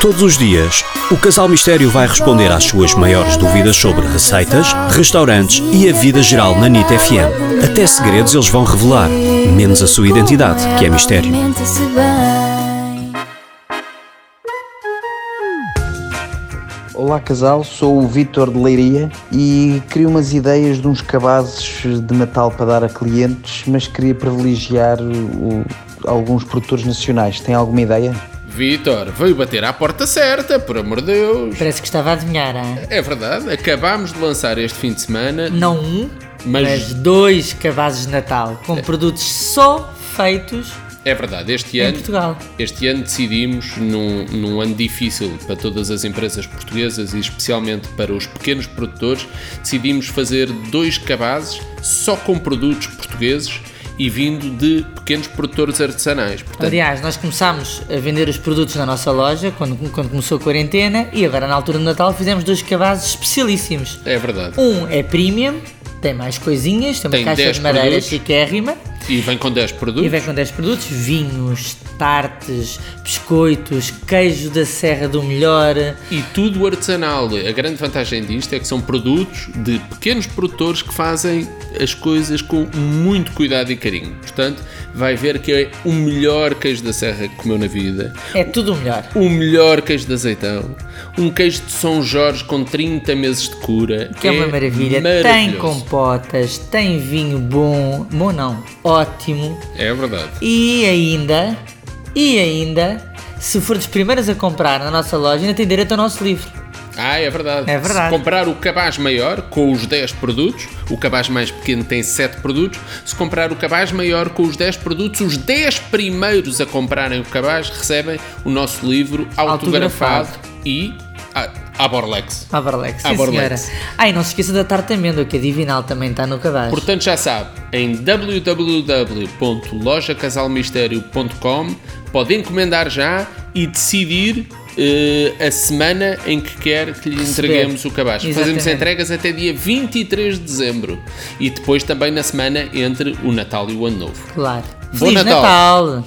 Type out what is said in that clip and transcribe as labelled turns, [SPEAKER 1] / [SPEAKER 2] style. [SPEAKER 1] Todos os dias, o Casal Mistério vai responder às suas maiores dúvidas sobre receitas, restaurantes e a vida geral na NIT FM. Até segredos eles vão revelar, menos a sua identidade, que é mistério.
[SPEAKER 2] Alimenta-se bem.
[SPEAKER 3] Olá casal, sou o Vítor de Leiria e queria umas ideias de uns cabazes de Natal para dar a clientes, mas queria privilegiar o- alguns produtores nacionais. Tem alguma ideia?
[SPEAKER 4] Vitor, veio bater à porta certa, por amor de Deus.
[SPEAKER 5] Parece que estava a adivinhar, hein?
[SPEAKER 4] É verdade, acabámos de lançar este fim de semana,
[SPEAKER 5] Não um,
[SPEAKER 4] Mas-
[SPEAKER 5] mas, É. dois cabazes de Natal com produtos só feitos
[SPEAKER 4] é verdade, este
[SPEAKER 5] em
[SPEAKER 4] ano,
[SPEAKER 5] Portugal.
[SPEAKER 4] este ano decidimos, num, num ano difícil para todas as empresas portuguesas e especialmente para os pequenos produtores, decidimos fazer dois cabazes só com produtos portugueses e vindo de pequenos produtores artesanais. Portanto,
[SPEAKER 5] Aliás, nós começámos a vender os produtos na nossa loja quando, quando começou a quarentena e agora na altura do Natal fizemos dois cabazes especialíssimos.
[SPEAKER 4] é verdade.
[SPEAKER 5] Um é premium, tem mais coisinhas, tem uma
[SPEAKER 4] Tem
[SPEAKER 5] caixa
[SPEAKER 4] 10
[SPEAKER 5] de madeira
[SPEAKER 4] produtos.
[SPEAKER 5] chiquérrima
[SPEAKER 4] E vem com 10 produtos.
[SPEAKER 5] e vem com 10 produtos: vinhos, tartes, biscoitos, queijo da Serra do Melhor.
[SPEAKER 4] E tudo artesanal. A grande vantagem disto é que são produtos de pequenos produtores que fazem as coisas com muito cuidado e carinho. Portanto, vai ver que é o melhor queijo da serra que comeu na vida,
[SPEAKER 5] É tudo o melhor.
[SPEAKER 4] o melhor queijo de azeitão, um queijo de São Jorge com 30 meses de cura.
[SPEAKER 5] Que é uma maravilha. Tem
[SPEAKER 4] maravilhoso.
[SPEAKER 5] compotas, tem vinho bom, bom não, ótimo.
[SPEAKER 4] É verdade.
[SPEAKER 5] E ainda, e ainda, se for dos primeiros a comprar na nossa loja, ainda tem direito ao nosso livro.
[SPEAKER 4] Ah, é verdade.
[SPEAKER 5] É verdade.
[SPEAKER 4] Se comprar o cabaz maior com os 10 produtos, o cabaz mais pequeno tem 7 produtos. Se comprar o cabaz maior com os 10 produtos, os 10 primeiros a comprarem o cabaz recebem o nosso livro autografado,
[SPEAKER 5] Autografado.
[SPEAKER 4] e a, a Borlex.
[SPEAKER 5] À Barlex,
[SPEAKER 4] À
[SPEAKER 5] sim senhora.
[SPEAKER 4] Barlex.
[SPEAKER 5] Ah, e não se esqueça da tarta amêndoa, que a Divinal também está no cabaz.
[SPEAKER 4] Portanto, já sabe, em www.lojacasalmistério.com pode encomendar já e decidir eh, a semana em que quer que lhe
[SPEAKER 5] Receber.
[SPEAKER 4] entreguemos o cabaz. Fazemos
[SPEAKER 5] Exatamente.
[SPEAKER 4] entregas até dia 23 de dezembro e depois também na semana entre o Natal e o Ano Novo.
[SPEAKER 5] Claro.
[SPEAKER 4] Bom
[SPEAKER 5] Feliz
[SPEAKER 4] Natal.
[SPEAKER 5] Natal.